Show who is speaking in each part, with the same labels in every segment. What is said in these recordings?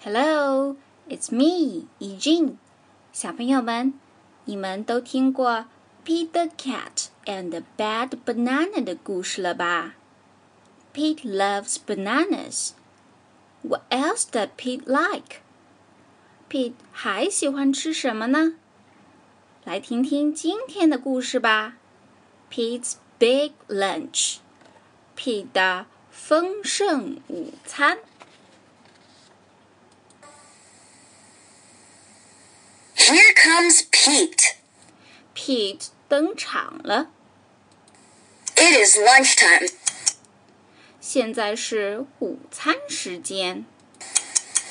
Speaker 1: Hello, it's me, e j i n 小朋友们，你们都听过 Peter Cat and the Bad Banana 的故事了吧？Pete loves bananas. What else does Pete like? Pete 还喜欢吃什么呢？来听听今天的故事吧。Pete's Big Lunch. Pete 的丰盛午餐。
Speaker 2: Here comes Pete.
Speaker 1: Pete 登场了，
Speaker 2: It is lunchtime.
Speaker 1: 现在是午餐时间。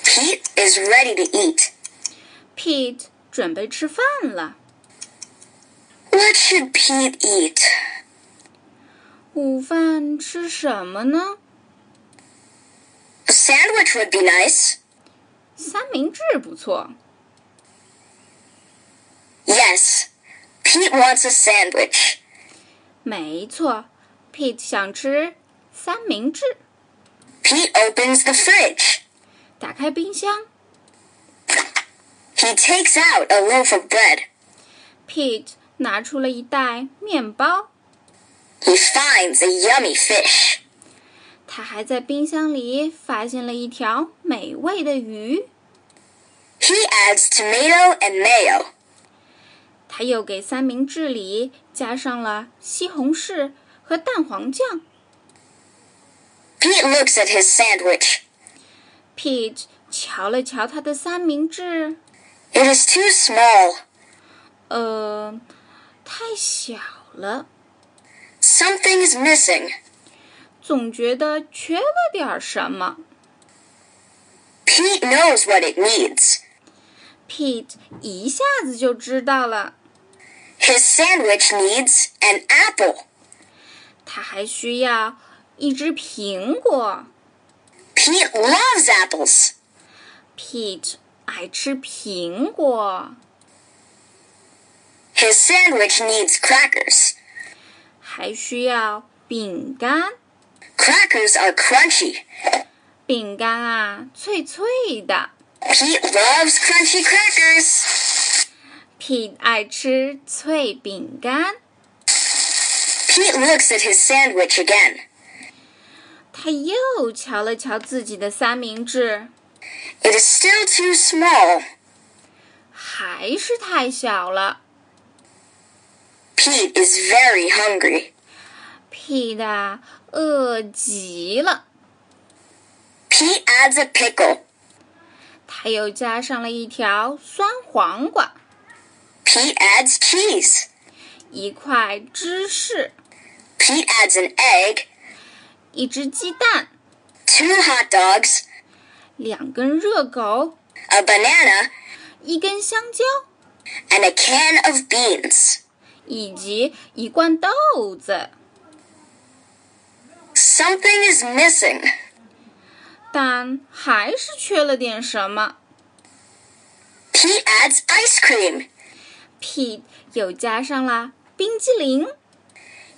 Speaker 2: Pete is ready to eat.
Speaker 1: Pete 准备吃饭了。
Speaker 2: What should Pete eat?
Speaker 1: 午饭吃什么呢？
Speaker 2: A sandwich would be nice.
Speaker 1: 三明治不错。
Speaker 2: Yes. Pete wants a sandwich.
Speaker 1: 没错，Pete 想吃三明治。
Speaker 2: Pete opens the fridge.
Speaker 1: 打开冰箱
Speaker 2: He takes out a loaf of bread.
Speaker 1: ，Pete 拿出了一袋面包。
Speaker 2: He finds a yummy fish.
Speaker 1: 他还在冰箱里发现了一条美味的鱼。
Speaker 2: He adds tomato and mayo.
Speaker 1: 他又给三明治里加上了西红柿和蛋黄酱。
Speaker 2: Pete looks at his sandwich.
Speaker 1: Pete 瞧了瞧他的三明治，
Speaker 2: It is too small.
Speaker 1: 呃，太小了，
Speaker 2: Something is missing.
Speaker 1: 总觉得缺了点儿什么。
Speaker 2: Pete knows what it needs.
Speaker 1: Pete 一下子就知道了，
Speaker 2: His sandwich needs an apple.
Speaker 1: 他还需要一只苹果。
Speaker 2: Pete loves apples.
Speaker 1: Pete 爱吃苹果，
Speaker 2: His sandwich needs crackers.
Speaker 1: 还需要饼干。
Speaker 2: Crackers are crunchy.
Speaker 1: 饼干啊，脆脆的。
Speaker 2: Pete loves crunchy crackers.
Speaker 1: Pete 爱吃脆饼干，
Speaker 2: Pete looks at his sandwich again.
Speaker 1: 他又瞧了瞧自己的三明治，
Speaker 2: It is still too small.
Speaker 1: 还是太小了。
Speaker 2: Pete is very hungry.
Speaker 1: Pete 啊，饿极了。
Speaker 2: Pete adds a pickle.
Speaker 1: 他又加上了一条酸黄瓜，
Speaker 2: Pete adds cheese.
Speaker 1: 一块芝士，
Speaker 2: Pete adds an egg,
Speaker 1: 一只鸡蛋，
Speaker 2: two hot dogs,
Speaker 1: 两根热狗，
Speaker 2: a banana,
Speaker 1: 一根香蕉，
Speaker 2: and a can of beans.
Speaker 1: 以及一罐豆子。
Speaker 2: Something is missing.
Speaker 1: 但还是缺了点什么。
Speaker 2: Pete adds ice cream.
Speaker 1: Pete 又加上了冰激凌，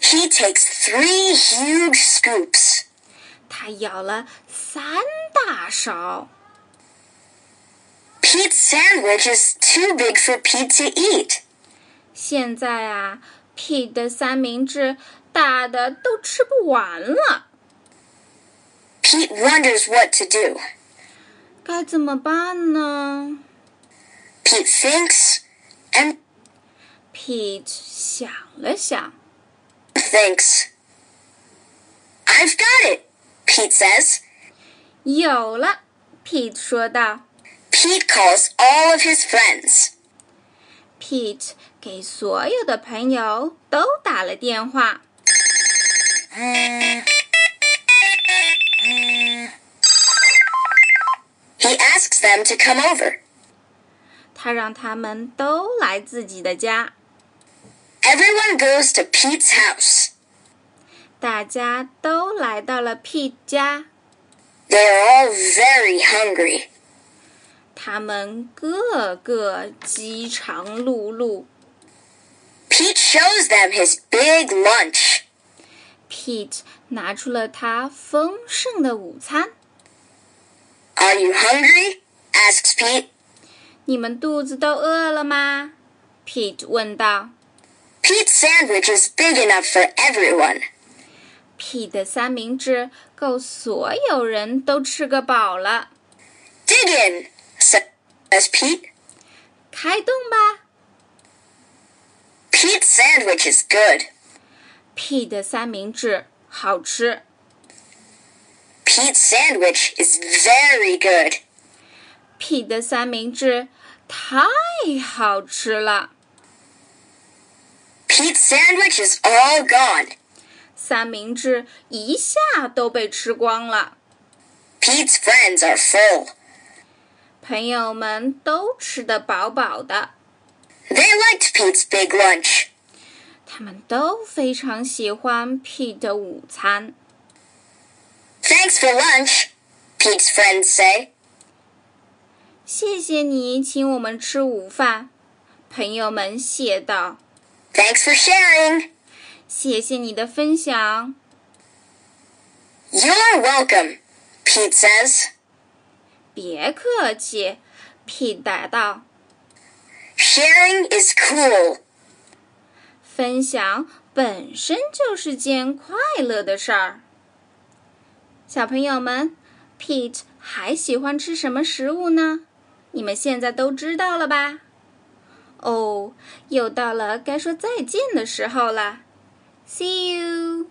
Speaker 2: He takes three huge scoops.
Speaker 1: 他舀了三大勺。
Speaker 2: Pete's sandwich is too big for Pete to eat.
Speaker 1: 现在啊，Pete 的三明治大的都吃不完了，
Speaker 2: Pete wonders what to do.
Speaker 1: 该怎么办呢
Speaker 2: Pete thinks and
Speaker 1: ？Pete 想了想，
Speaker 2: thinks. I've got it, Pete says.
Speaker 1: 有了，Pete 说道。
Speaker 2: Pete calls all of his friends.
Speaker 1: Pete 给所有的朋友都打了电话。
Speaker 2: He asks them to come over.
Speaker 1: 他让他们都来自己的家，
Speaker 2: Everyone goes to Pete's house.
Speaker 1: 大家都来到了 Pete 家，
Speaker 2: They are all very hungry.
Speaker 1: 他们个个饥肠辘辘。
Speaker 2: Pete shows them his big lunch.
Speaker 1: Pete 拿出了他丰盛的午餐。
Speaker 2: Are you hungry? asks Pete.
Speaker 1: 你们肚子都饿了吗？Pete 问道。
Speaker 2: Pete's sandwich is big enough for everyone.
Speaker 1: Pete 的三明治够所有人都吃个饱了。
Speaker 2: Dig in, says Pete.
Speaker 1: 开动吧
Speaker 2: Pete's sandwich is good.
Speaker 1: ！Pete 的三明治好吃。
Speaker 2: Pete's sandwich is very good.
Speaker 1: Pete 的三明治太好吃了。
Speaker 2: Pete's sandwich is all gone.
Speaker 1: 三明治一下都被吃光了，
Speaker 2: Pete's friends are full.
Speaker 1: 朋友们都吃得饱饱的，
Speaker 2: They liked Pete's big lunch.
Speaker 1: 他们都非常喜欢 Pete 的午餐。
Speaker 2: Thanks for lunch, Pete's friends say.
Speaker 1: 谢谢你请我们吃午饭，朋友们谢道。
Speaker 2: Thanks for sharing.
Speaker 1: 谢谢你的分享。
Speaker 2: You're welcome, Pete says.
Speaker 1: 别客气，Pete 答道。
Speaker 2: Sharing is cool.
Speaker 1: 分享本身就是件快乐的事儿。小朋友们，Pete 还喜欢吃什么食物呢？你们现在都知道了吧？哦，又到了该说再见的时候了。See you。